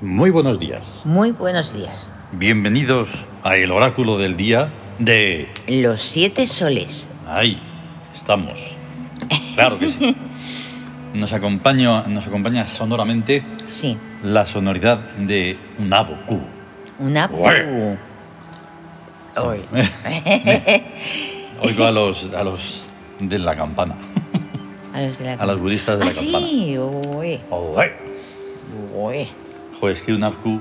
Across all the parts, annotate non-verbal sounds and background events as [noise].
Muy buenos días. Muy buenos días. Bienvenidos a el oráculo del día de... Los siete soles. Ahí estamos. Claro que sí. Nos acompaña, nos acompaña sonoramente Sí. la sonoridad de un nabo Q. Una Ué. pu. Uy. Oigo a los, a los de la campana. A los de la A los budistas de la ah, sí. Ué. Joder, Ué. Joder, es que un nabo Q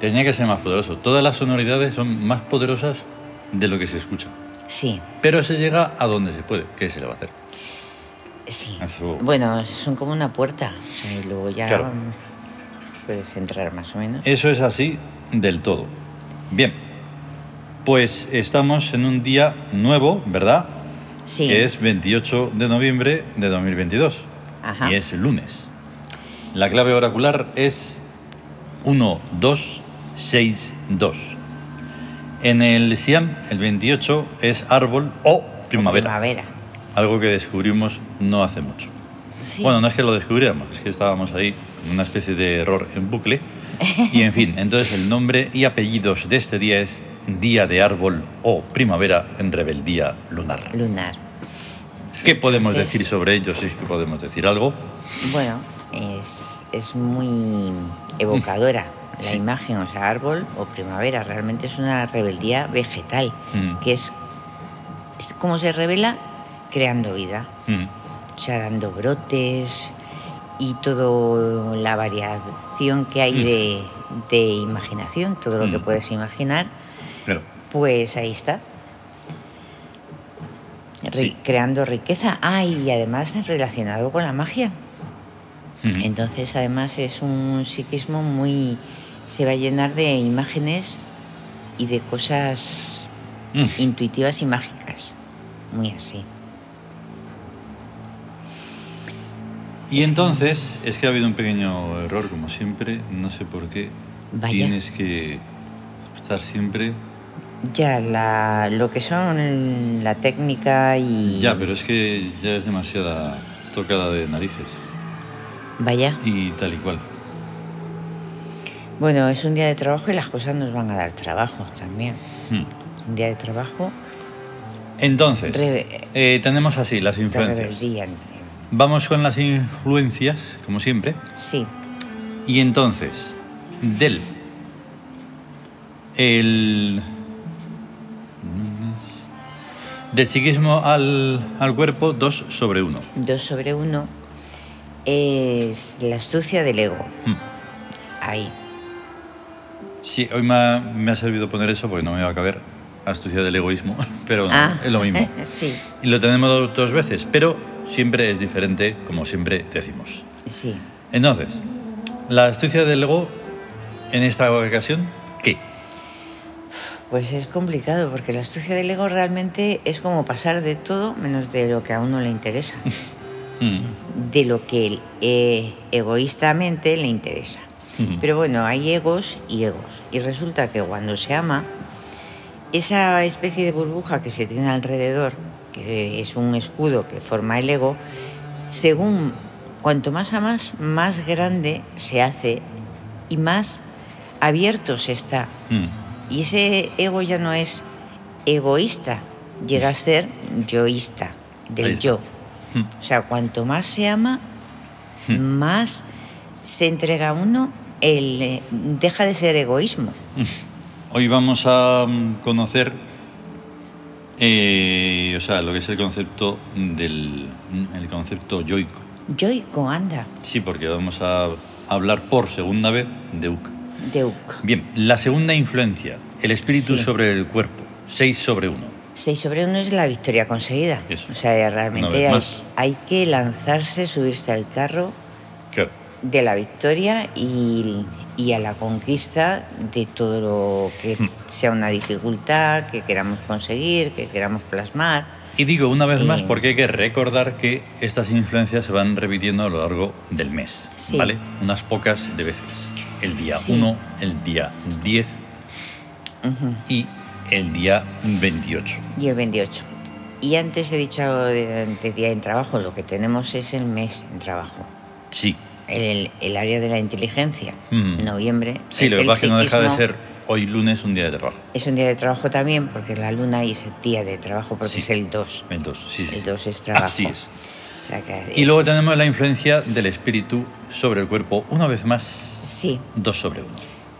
tenía que ser más poderoso. Todas las sonoridades son más poderosas de lo que se escucha. Sí, Pero se llega a donde se puede. ¿Qué se le va a hacer? sí. Eso. Bueno, son como una puerta. O sea, y luego ya Claro. mm, puedes entrar más o menos. Eso es así del todo. Bien, pues estamos en un día nuevo, ¿verdad? Sí. Que es 28 de noviembre de 2022. Ajá. Y es lunes. La clave oracular es 1262. En el Siam, el 28 es árbol o primavera. Primavera. Algo que descubrimos no hace mucho. Sí. Bueno, no es que lo descubriéramos, es que estábamos ahí en una especie de error en bucle. Y en fin, entonces el nombre y apellidos de este día es Día de Árbol o Primavera en Rebeldía Lunar. Lunar. ¿Qué podemos Entonces- decir sobre ellos? Si es que podemos decir algo. Bueno, es, es muy evocadora la Mm. Sí. imagen, o sea, árbol o primavera. Realmente es una rebeldía vegetal, Mm. que es, es como se revela creando vida, Mm, o sea, dando brotes y toda la variación que hay de, de imaginación, todo lo que Mm. puedes imaginar, claro. pues ahí está. Ri- Sí. Creando riqueza. Ah, y además relacionado con la magia. Mm, Entonces, además, es un psiquismo muy. se va a llenar de imágenes y de cosas mm. intuitivas y mágicas. Muy así. Y es que- entonces, es que ha habido un pequeño error, como siempre, no sé por qué. Vaya. Tienes que estar siempre. Ya, la, lo que son la técnica y. Ya, pero es que ya es demasiada tocada de narices Vaya. y tal y cual. Bueno, es un día de trabajo y las cosas nos van a dar trabajo también. Mm. Un día de trabajo Entonces, Rebe- eh, tenemos así las de influencias. rebeldía. Vamos con las influencias, como siempre. Sí, Y entonces, del. El. Del psiquismo al, al cuerpo, 2 sobre 1. dos sobre uno es la astucia del ego. Ahí. Hmm. Sí, hoy me ha, me ha servido poner eso porque no me iba a caber. Astucia del egoísmo, [laughs] pero no, Ah, es lo mismo. [laughs] sí, Y lo tenemos dos- dos veces, pero siempre es diferente, como siempre decimos. sí. Entonces, la astucia del ego en esta ocasión, ¿qué? Pues es complicado, porque la astucia del ego realmente es como pasar de todo menos de lo que a uno le interesa, Mm, de lo que él, eh, egoístamente le interesa. mm, Pero bueno, hay egos y egos. Y resulta que cuando se ama, esa especie de burbuja que se tiene alrededor, que es un escudo que forma el ego, según cuanto más amas, más grande se hace y más abierto se está. mm. Y ese ego ya no es egoísta, llega a ser yoísta, Ahí del está. yo. Mm. O sea, cuanto más se ama, Hmm. más se entrega uno, el, eh, deja de ser egoísmo. Hoy vamos a mm, conocer, eh, o sea, lo que es el concepto del mm, el concepto yoico. Yoico, anda, Sí, porque vamos a hablar por segunda vez de Uca. Deuk. Bien, la segunda influencia, el espíritu Sí. sobre el cuerpo, 6 sobre 1. 6 sobre 1 es la victoria conseguida. Eso. O sea, Una vez realmente hay, más. hay que lanzarse, subirse al carro Claro. de la victoria y, y a la conquista de todo lo que Hmm. sea una dificultad que queramos conseguir, que queramos plasmar. Y digo una vez más Eh. porque hay que recordar que estas influencias se van repitiendo a lo largo del mes, Sí. ¿vale? Unas pocas de veces. El día Sí. 1, el día 10 Ujú. y el día 28. Y el 28. Y antes he dicho de, de día en trabajo, lo que tenemos es el mes en trabajo. Sí, el, el área de la inteligencia. Mm. Noviembre Sí, es lo que el pasa es que no deja de psiquismo. ser hoy lunes un día de trabajo. Es un día de trabajo también, porque la luna y es el día de trabajo, porque Sí. es el 2. Entonces, sí, sí. El 2 es trabajo. Así es. O sea que Y es- luego tenemos la influencia del espíritu sobre el cuerpo, una vez más, Sí, dos sobre uno.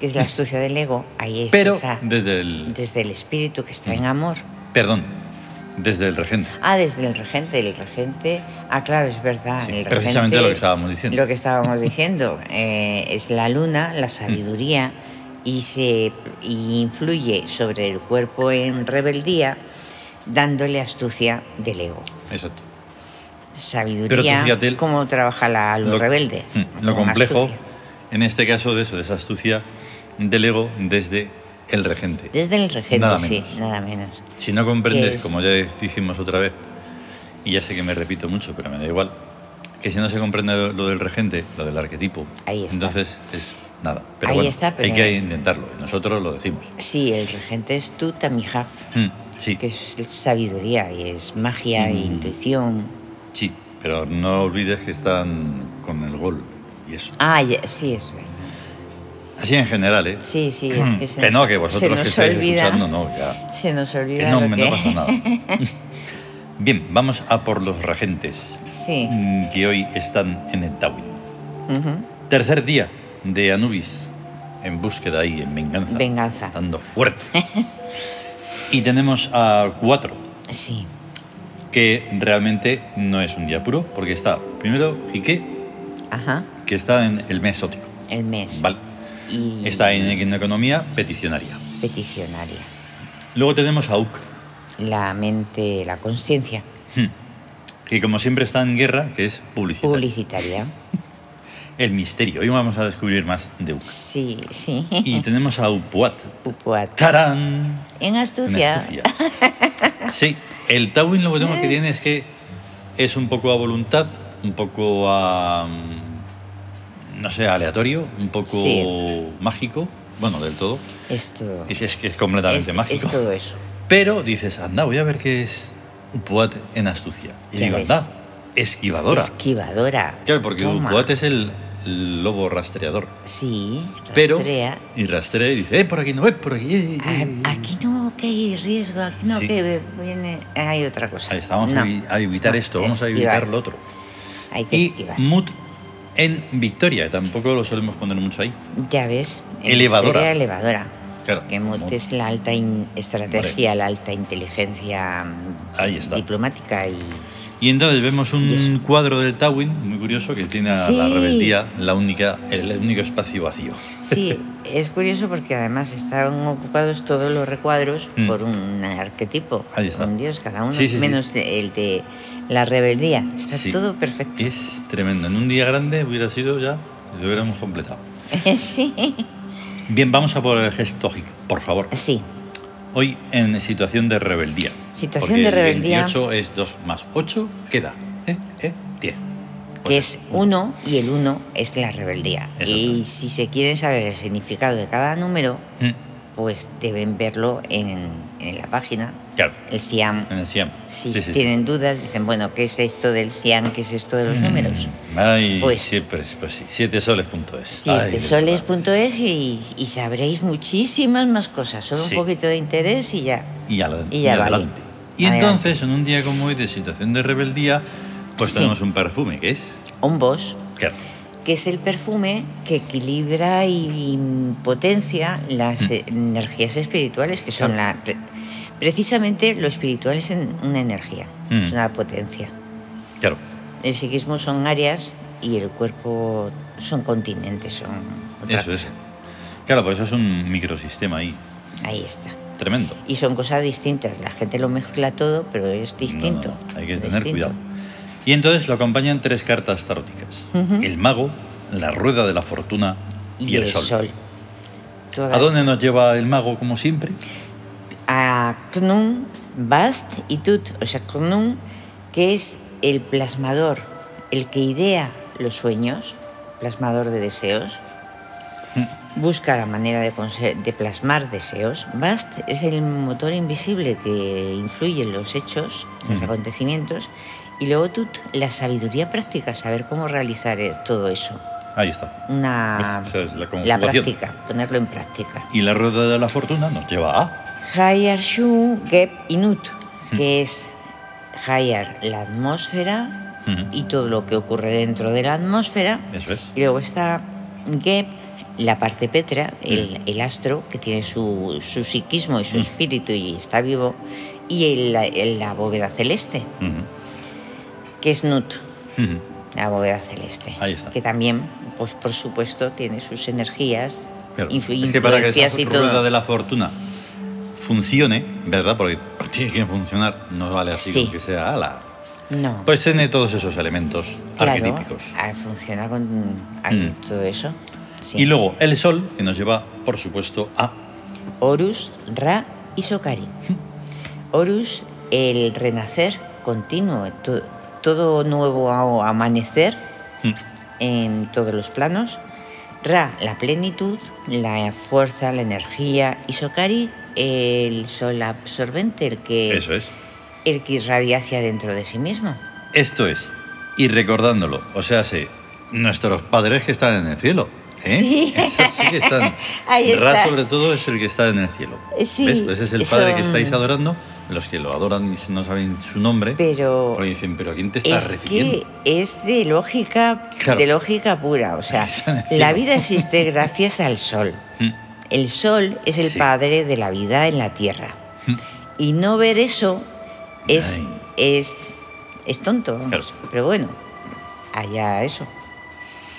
que es la astucia del ego, ahí es Pero esa- desde el. desde el espíritu que está en Mm. amor. Perdón, desde el regente. Ah, desde el regente, el regente. Ah, claro, es verdad. Sí, el precisamente regente- lo que estábamos diciendo. Mm. Lo que [laughs] estábamos diciendo eh, es la luna, la sabiduría, y se y influye sobre el cuerpo en rebeldía, dándole astucia del ego. Exacto. Pero tú Sabiduría, fíjate el- cómo trabaja la luz rebelde. mm, lo con complejo, astucia. en este caso, de eso, de esa astucia del ego desde el regente. Desde el regente, Nada sí, menos. nada menos. Si no comprendes, que Eh, es- como ya dijimos otra vez, y ya sé que me repito mucho, pero me da igual, que si no se comprende lo, lo del regente, lo del arquetipo, Ahí está. entonces es nada. Pero Ahí bueno, está, pero- eh. hay que intentarlo, nosotros lo decimos. Sí, el regente es tu tamijaf, Mm, Sí, que es sabiduría y es magia e Mm. intuición. sí, pero no olvides que están con el gol y eso. Ah, ya- sí, es verdad. Así en general, ¿eh? Sí, sí, es que se Que no, que se vosotros nos que estáis olvida, escuchando, no, ya. Se nos Que olvida no, lo me- que... no pasa nada. Bien, vamos a por los regentes [laughs] Sí. mm, que hoy están en el Tawin. Mm. ujú. Tercer día de Anubis, en búsqueda y en venganza. Venganza. Dando fuerte. y tenemos a cuatro, Sí, que realmente no es un día puro, porque está primero Ike, ajá, que está en el mesótico. el mes. Vale. Y Está en, en economía peticionaria. peticionaria. Luego tenemos a Uk, La mente, la conciencia que como siempre está en guerra, que es publicidad. publicitaria. el misterio. Hoy vamos a descubrir más de Uk. Sí, sí. Y tenemos a Upuat. Pupuat. ¡Tarán! En astucia. Anestesia. Sí, el Tawin lo bueno que tiene es que es un poco a voluntad, un poco a. mm, no sé, aleatorio, un poco Sí. mágico. Bueno, del todo. Esto Es, es que es es, completamente es mágico. todo eso. Pero dices, anda, voy a ver qué es un puat en astucia. Y Ya digo, ves. anda, esquivadora. Esquivadora. Claro, porque un Toma. puat es el lobo rastreador. Sí, Pero. rastrea. Y rastrea y dice, eh, por aquí no ves, por aquí. eh, eh, Ah, eh". Aquí no que hay riesgo, aquí no Sí. que viene... Hay otra cosa. Ahí está, vamos No. a evi- a evitar No, esto, vamos a esquivar. evitar lo otro. Hay que Y mm, esquivar. Mut en Victoria, que tampoco lo solemos poner mucho ahí. Ya ves. en Elevadora. teoría elevadora. Claro. Que MUT es la alta in- estrategia, la alta inteligencia mm, Ahí está. [laughs] diplomática y Y entonces vemos un Y eso. cuadro del Tawin, muy curioso, que tiene a la Sí. rebeldía la única, el único espacio vacío. sí, es curioso porque además están ocupados todos los recuadros Mm. por un arquetipo, Ahí está. un dios cada uno, Sí, sí, sí. menos de- el de la rebeldía. Está Sí. todo perfecto. Es tremendo. En un día grande hubiera sido ya, lo hubiéramos completado. [laughs] sí. Bien, vamos a por el gesto, por favor. Sí. Hoy en situación de rebeldía. Situación Porque de rebeldía. El 28 es 2 más 8, queda. ¿Eh? ¿Eh? 10. que es uno y el uno es la rebeldía. Exacto. Y si se quieren saber el significado de cada número, mm, pues deben verlo en, en la página, Claro, el SIAM. en el Siam. Si Ah, Sí, Mm. sí, sí. tienen dudas, dicen, bueno, ¿qué es esto del SIAM? ¿Qué es esto de los números? Ay, Pues- siempre, pues sí, siete soles.es. Ay, de verdad. Sientesoles.es y, y sabréis muchísimas más cosas. Solo Sí. un poquito de interés y ya. Y, ala- y ya y vale. adelante. Y Adelante. entonces, en un día como hoy, de situación de rebeldía, pues Sí. tenemos un perfume, que es... Un boss, Claro, que es el perfume que equilibra y potencia Mm. las eh, energías espirituales, que son la... pre- precisamente lo espiritual es en- una energía, Mm. es una potencia. claro. El psiquismo son áreas y el cuerpo son continentes, son... otra Eso es. cosa. Claro, pues eso es un microsistema ahí. Ahí está. Tremendo. Y son cosas distintas, la gente lo mezcla todo, pero es distinto. No, no, hay que tener distinto. cuidado. Y entonces lo acompañan tres cartas taróticas. Ujú. El mago, la rueda de la fortuna y, el, sol. Todas- ¿A dónde nos lleva el mago, como siempre? a Knum, Bast y Tut. O sea, Knum, que es el plasmador, el que idea los sueños, plasmador de deseos, Hmm. busca la manera de, conse- de plasmar deseos. Bast es el motor invisible que influye en los hechos, en los Ujú. acontecimientos. Y luego Tut, la sabiduría práctica, saber cómo realizar eh, todo eso. Ahí está. una, Esa es la la conjugación. práctica, ponerlo en práctica. Y la rueda de la fortuna nos lleva a. Hayar Shun Gep Inut, Mm. que es Hayar la atmósfera Ujú. y todo lo que ocurre dentro de la atmósfera. Eso es. Y luego está Gep, la parte petra, Mm. el, el astro, que tiene su, su psiquismo y su espíritu y está vivo. Y el- el- la bóveda celeste, Ujú. que es Nut, Ujú. la bóveda celeste. Ahí está. Que también, pues por supuesto, tiene sus energías, Claro. influ- es que para que influencias esa y rueda todo. de la fortuna funcione, ¿verdad? Porque tiene que funcionar, no vale así Sí. con que sea ala. No. Pues tiene todos esos elementos Claro, arquetípicos. ah, funciona con hay Mm. todo eso. Sí. Y luego el sol, que nos lleva, por supuesto, a. Horus, Ra y Sokari. Mm. Horus, el renacer continuo, to- todo nuevo a- amanecer Mm. en todos los planos. Ra, la plenitud, la fuerza, la energía. Y Sokari, el sol absorbente, el que, Eso es. el que irradia hacia dentro de sí mismo. Esto es, y recordándolo, o sea, sí, nuestros padres que están en el cielo. ¿eh? Sí. [laughs] Esos sí que están. [laughs] Ahí Ra, está. sobre todo, es el que está en el cielo. Eh, sí, ¿Ves? Pues es el padre que son- estáis adorando. Los que lo adoran y no saben su nombre. Pero porque dicen, ¿pero a quién te estás Es que refiriendo? es de lógica, Claro. de lógica pura. [laughs] O sea, Está en el cielo. la vida existe gracias al sol. Mm, El sol es el Sí. padre de la vida en la tierra. Mm. Y no ver eso es, Ay. es, es tonto. vamos. Claro. Pero bueno, allá eso.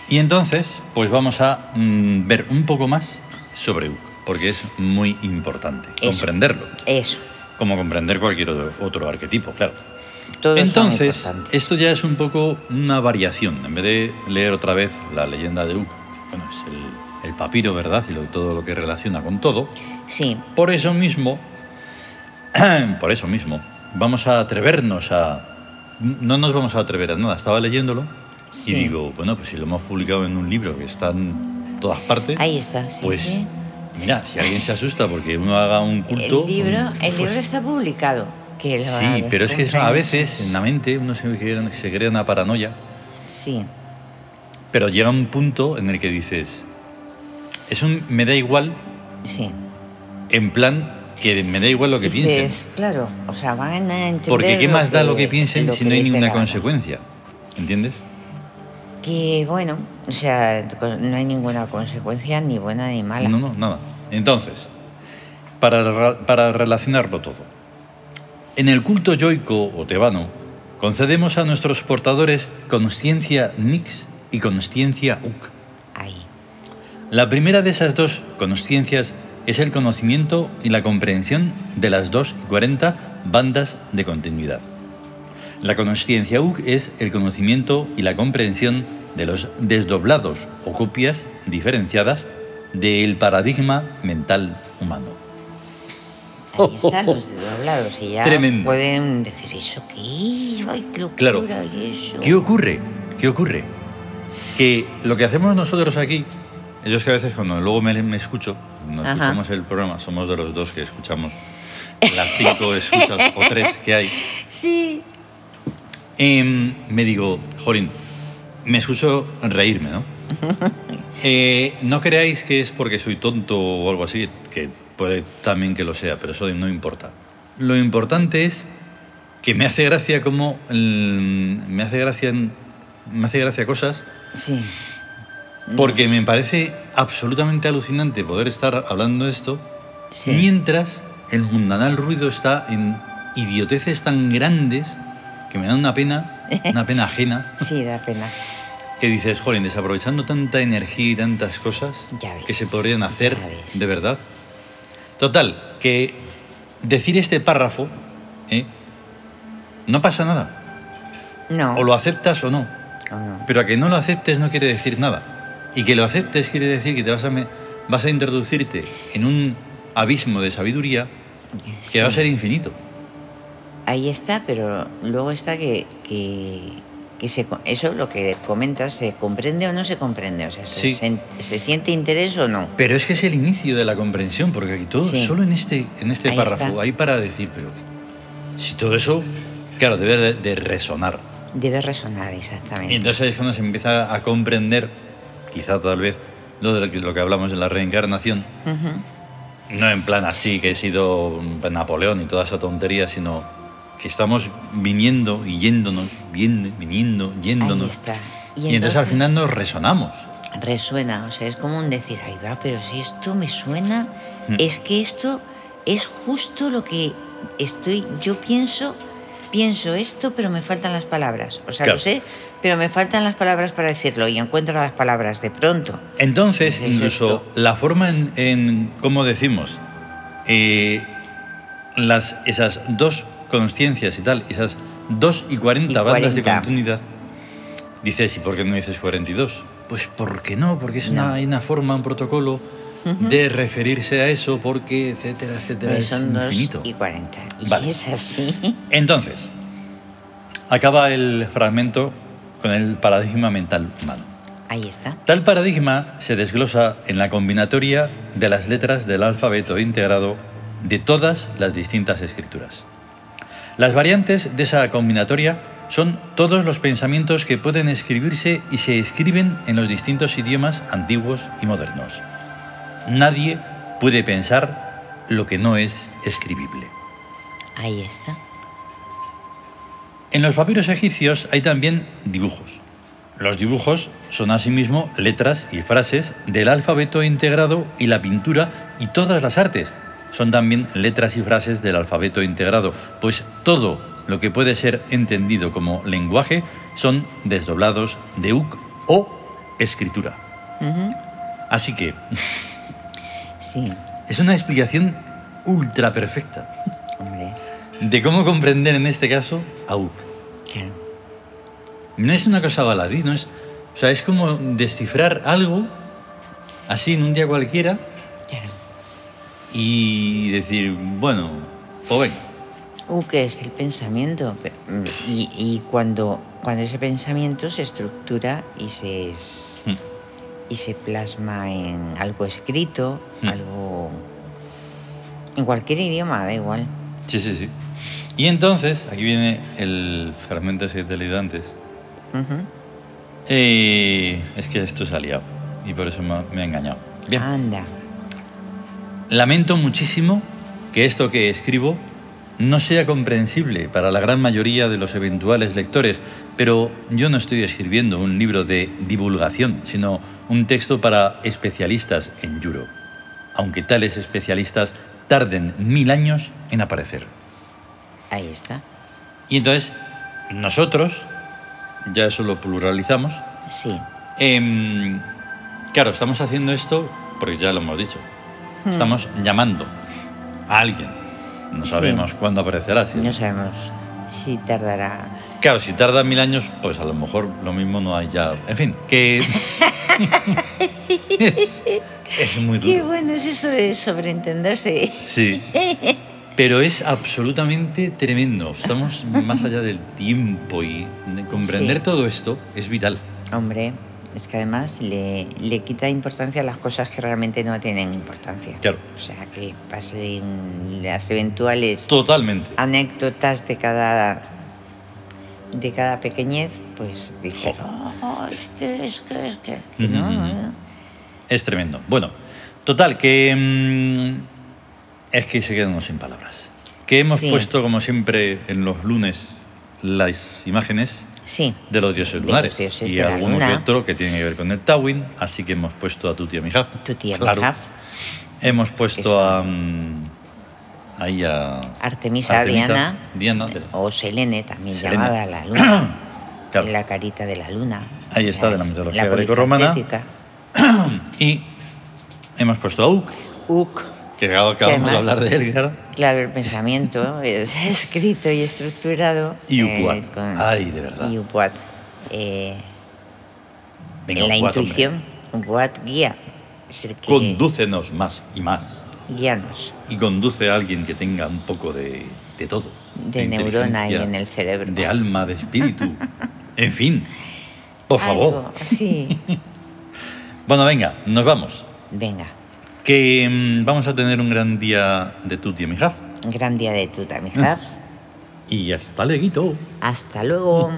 Y entonces, pues vamos a mm, ver un poco más sobre UC, porque es muy importante Eso. comprenderlo, Eso. como comprender cualquier otro, otro arquetipo, claro. Todos Entonces, son importantes. esto ya es un poco una variación. En vez de leer otra vez la leyenda de Uc, bueno, es el, el papiro, ¿verdad? Y lo- todo lo que relaciona con todo. Sí, Por eso mismo, [clears throat] por eso mismo, vamos a atrevernos a... No nos vamos a atrever a nada. Estaba leyéndolo Sí. y digo, bueno, pues si lo hemos publicado en un libro que está en todas partes, ahí está. sí, pues sí. mira, si alguien se asusta porque uno haga un culto... El libro, un- el libro pues, está publicado. Que lo Sí, pero es que eso, a compran veces esos. en la mente uno se crea, se crea una paranoia, Sí, pero llega un punto en el que dices, es un me da igual, sí. en plan que me da igual lo que piensen. Dices, claro, o sea, van a entender. Porque qué lo más da lo que piensen lo si que no hay les dé ninguna la gana. consecuencia. ¿Entiendes? Que bueno, o sea, con- no hay ninguna consecuencia ni buena ni mala. No, no, nada. Entonces, para, ra- para relacionarlo todo, en el culto yoico o tebano, concedemos a nuestros portadores consciencia nix y consciencia uk. Ahí. La primera de esas dos consciencias es el conocimiento y la comprensión de las dos y 40 bandas de continuidad. La consciencia UG es el conocimiento y la comprensión de los desdoblados o copias diferenciadas del paradigma mental humano. Ahí están los doblados y ya Tremendo. pueden decir eso que es, ay, qué locura Claro. y eso. ¿Qué ocurre? ¿Qué ocurre? Que lo que hacemos nosotros aquí, ellos que a veces cuando luego me, me escucho, no Ajá. escuchamos el programa, somos de los dos que escuchamos las cinco escuchas o tres que hay, Sí, em, me digo, Jorín, me escucho reírme, ¿no? Eh, no creáis que es porque soy tonto o algo así, que puede también que lo sea, pero eso no importa. Lo importante es que me hace gracia como mm, me hace gracia me hace gracia cosas sí. porque me parece absolutamente alucinante poder estar hablando de esto Sí. mientras el mundanal ruido está en idioteces tan grandes que me dan una pena, una pena ajena, Sí, da pena. que dices, joder, desaprovechando tanta energía y tantas cosas Ya ves. que se podrían hacer Ya ves. de verdad. Total, que decir este párrafo, ¿eh? no pasa nada, No. o lo aceptas o no. o no. Pero a que no lo aceptes no quiere decir nada. Y que lo aceptes quiere decir que te vas a, me- vas a introducirte en un abismo de sabiduría que Sí. va a ser infinito. Ahí está, pero luego está que, que, que se, co- eso, lo que comentas, se comprende o no se comprende, o sea, se, Sí. sen- se siente interés o no. Pero es que es el inicio de la comprensión, porque aquí todo, Sí. solo en este, en este Ahí párrafo, está. hay para decir, pero si todo eso, claro, debe de, de resonar. Debe resonar Y exactamente. entonces es cuando se empieza a comprender quizá tal vez lo, de lo que hablamos de la reencarnación, no en plan así que he sido Napoleón y toda esa tontería, sino que estamos viniendo y yéndonos, viendo, viniendo, yéndonos. está. Y, entonces, al Y entonces- final nos resonamos. resuena, o sea, es como un decir, ahí va, pero si esto me suena, Mm. es que esto es justo lo que estoy, yo pienso, pienso esto, pero me faltan las palabras, o sea, Claro. lo sé, pero me faltan las palabras para decirlo y encuentro las palabras de pronto. Entonces, ¿Qué es incluso esto? la forma en, en cómo decimos eh, las, esas dos conciencias y tal, esas 2 y 40 Y bandas de 40. continuidad, dices, ¿y por qué no dices 42? Pues porque no, porque es No. Una, hay una forma, un protocolo de referirse a eso, porque, etcétera, etcétera, Pues es son dos infinito. y 40. Y Vale. es así. [laughs] Entonces, acaba el fragmento con el paradigma mental humano. Ahí está. Tal paradigma se desglosa en la combinatoria de las letras del alfabeto integrado de todas las distintas escrituras. Las variantes de esa combinatoria son todos los pensamientos que pueden escribirse y se escriben en los distintos idiomas antiguos y modernos. Nadie puede pensar lo que no es escribible. Ahí está. En los papiros egipcios hay también dibujos. Los dibujos son asimismo letras y frases del alfabeto integrado y la pintura y todas las artes son también letras y frases del alfabeto integrado, pues todo lo que puede ser entendido como lenguaje son desdoblados de uc o escritura. Ujú. Así que Sí, es una explicación ultra perfecta hombre, de cómo comprender en este caso a uc. claro. No es una cosa baladí, no es. O sea, es como descifrar algo así en un día cualquiera claro. y decir, bueno, o venga. Uh, que es el pensamiento. Pero, mm, Y, y cuando, cuando ese pensamiento se estructura y se, es- Mm. y se plasma en algo escrito, Mm. algo. en cualquier idioma, da igual. Sí, sí, sí. Y entonces, aquí viene el fragmento ese que te he leído antes. Ujú. Eh, es que esto se ha liado y por eso me ha, me ha engañado. Bien. Anda. Lamento muchísimo que esto que escribo no sea comprensible para la gran mayoría de los eventuales lectores, pero yo no estoy escribiendo un libro de divulgación, sino un texto para especialistas en yuro, aunque tales especialistas tarden mil años en aparecer. Ahí está. Y entonces, nosotros, ya eso lo pluralizamos, Sí. em, claro, estamos haciendo esto porque ya lo hemos dicho. Hmm. Estamos llamando a alguien. No Sí. sabemos cuándo aparecerá. si- No sabemos si tardará. Claro, si tarda mil años, pues a lo mejor lo mismo no hay ya. En fin, [laughs] que. es, es muy duro. Qué bueno es eso de sobreentenderse. Sí. Pero es absolutamente tremendo. Estamos más allá del tiempo y comprender Sí. todo esto es vital. Hombre, es que además le, le quita importancia a las cosas que realmente no tienen importancia. Claro. O sea, que pasen las eventuales Totalmente. anécdotas de cada de cada pequeñez, pues dices, Jo. "Oh, es que, es que, es que. que Ujú, no, eh. ujú. no". Es tremendo. Bueno, total, que. mm, es que se quedan sin palabras. Que hemos Sí. puesto, como siempre, en los lunes, las imágenes Sí, de los dioses De lunares. los dioses y de la alguno luna. que otro que tiene que ver con el Tawin, así que hemos puesto a tu tía Mijaf. tu tía Claro. Mijaf, Hemos puesto Eso. a. mm, ahí a. Artemisa, Artemisa, Diana Diana, de- o Selene, también Selene. llamada la luna, [coughs] claro. la carita de la luna. Ahí está, de la mitología la grecorromana. polifacética. Y hemos pusto a Uk, Uk. que acabamos Que de además- hablar de él, claro. Claro, el pensamiento [laughs] es escrito y estructurado. eh, Y Upuat. Ay, de verdad. Y Upuat. Eh, Venga, en la Uk, hombre, intuición, Upuat guía. Es el que Condúcenos más y más. guíanos y conduce a alguien que tenga un poco de, de todo. de neurona y inteligencia, en el cerebro. De alma, de [laughs] espíritu. en fin. Por favor. Algo, [laughs] Sí. Bueno, venga, nos vamos. Venga, Que mm, vamos a tener un gran día de tu tío Mijaf. [laughs] gran día de tu amistad. Y hasta leguito. Hasta luego.